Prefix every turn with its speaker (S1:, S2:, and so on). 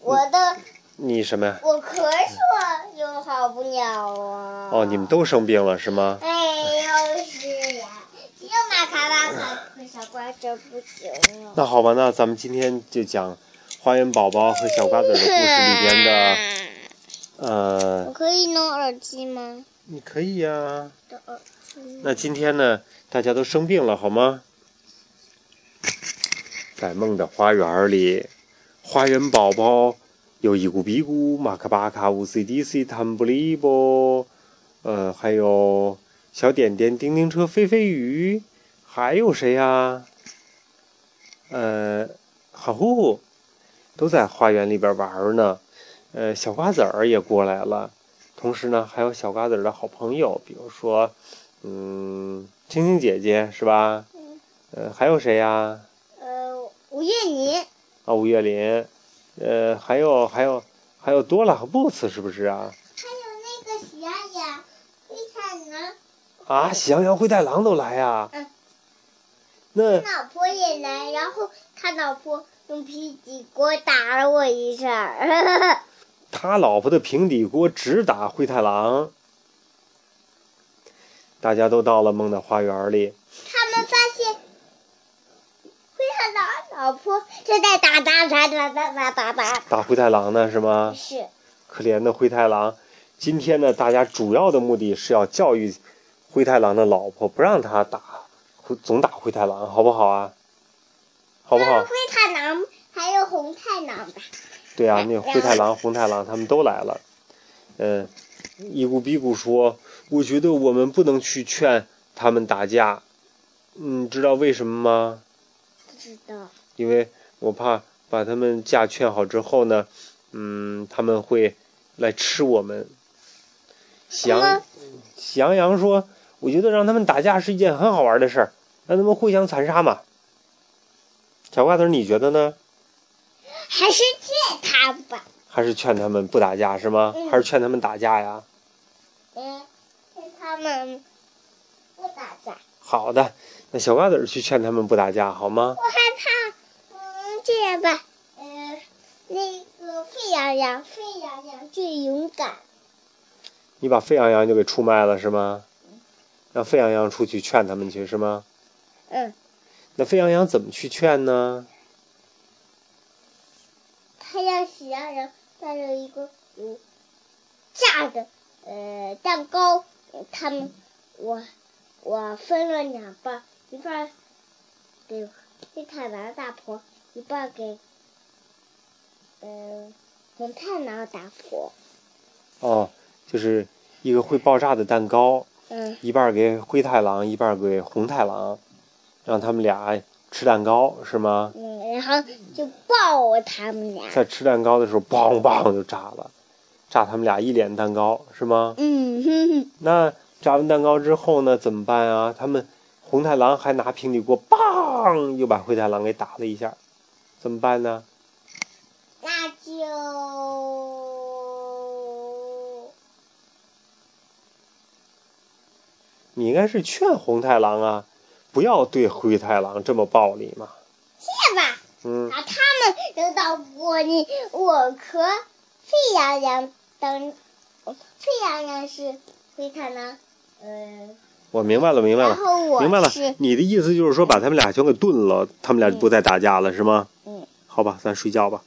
S1: 我的
S2: 你什么呀？
S1: 我咳嗽就好不了啊。
S2: 哦，你们都生病了是吗？
S1: 哎，又是呀，又马卡巴卡和小瓜子不行了。
S2: 那好吧，那咱们今天就讲《花园宝宝和小瓜子》的故事里边的，
S1: 我
S2: 呃，
S1: 可以弄耳机吗？
S2: 你可以呀、
S1: 的耳机。
S2: 那今天呢，大家都生病了好吗？在梦的花园里，花园宝宝有一咕比咕、马卡巴卡、乌 C D C、坦布利波，呃，还有小点点、叮叮车、飞飞鱼，还有谁呀、呃，好呼呼，都在花园里边玩儿呢。呃，小瓜子儿也过来了，同时呢，还有小瓜子儿的好朋友，比如说，嗯，青青姐姐是吧？
S1: 嗯
S2: 呃，还有谁呀？
S1: 呃，吴月妮，
S2: 啊，吴月林，呃，还有还有还有多拉和布茨是不是啊？
S1: 还有那个喜羊羊，灰太狼，
S2: 啊，喜羊羊、灰太狼都来呀、
S1: 嗯
S2: 那
S1: 老婆也来，然后他老婆用皮筋给我打了我一下 儿。
S2: 他老婆的平底锅直打灰太狼。大家都到了梦的花园里，
S1: 他们发现灰太狼老婆正在打打打打打打打打，
S2: 打灰太狼呢是吗？
S1: 是
S2: 可怜的灰太狼。今天呢，大家主要的目的是要教育灰太狼的老婆，不让他打灰总打灰太狼，好不好啊？好不好
S1: 灰？太狼还有红太狼吧？
S2: 对
S1: 哎
S2: 啊，那灰太狼、红太狼他们都来了。嗯，伊咕比咕说：“我觉得我们不能去劝他们打架。嗯，知道为什么吗？
S1: 不知道，
S2: 因为我怕把他们架劝好之后呢，嗯，他们会来吃我们。喜
S1: 那
S2: 羊
S1: 么
S2: 喜羊羊说：“我觉得让他们打架是一件很好玩的事儿，让他们互相残杀嘛。”小瓜子儿，你觉得呢？
S1: 还是借他吧。
S2: 还是劝他们不打架是吗？
S1: 嗯
S2: 还是劝他们打架呀？
S1: 嗯，跟他们不打架，
S2: 好的，那小瓜子儿去劝他们不打架好吗？
S1: 我害怕。嗯，这样吧，呃，那个沸羊羊，沸羊羊最勇敢。
S2: 你把沸羊羊就给出卖了是吗？让沸羊羊出去劝他们去是吗？
S1: 嗯，
S2: 那沸羊羊怎么去劝呢？
S1: 他让喜羊羊带着一个有炸的呃蛋糕，呃他们我我分了两半儿，一半儿给灰太狼大婆，一半儿给嗯、呃、红太狼大婆。
S2: 哦，就是一个会爆炸的蛋糕，
S1: 嗯，
S2: 一半儿给灰太狼，一半儿给红太狼，让他们俩吃蛋糕是吗？
S1: 嗯，然后就抱我他们俩。
S2: 在吃蛋糕的时候，梆梆就炸了，炸他们俩一脸蛋糕是吗？
S1: 嗯哼哼，
S2: 那炸完蛋糕之后呢，怎么办啊？他们红太狼还拿平底锅，梆又把灰太狼给打了一下，怎么办呢？
S1: 那就
S2: 你应该是劝红太狼啊，不要对灰太狼这么暴力嘛。
S1: 这吧。
S2: 嗯，
S1: 把它啊们扔到锅里，我和沸羊羊当，沸羊羊是灰太狼，呃，
S2: 我明白了，明白
S1: 然
S2: 了。
S1: 后我
S2: 明白了
S1: 是，
S2: 你的意思就是说把他们俩全给炖了，他们俩就不再打架了，是吗？
S1: 嗯。
S2: 好吧，咱睡觉吧。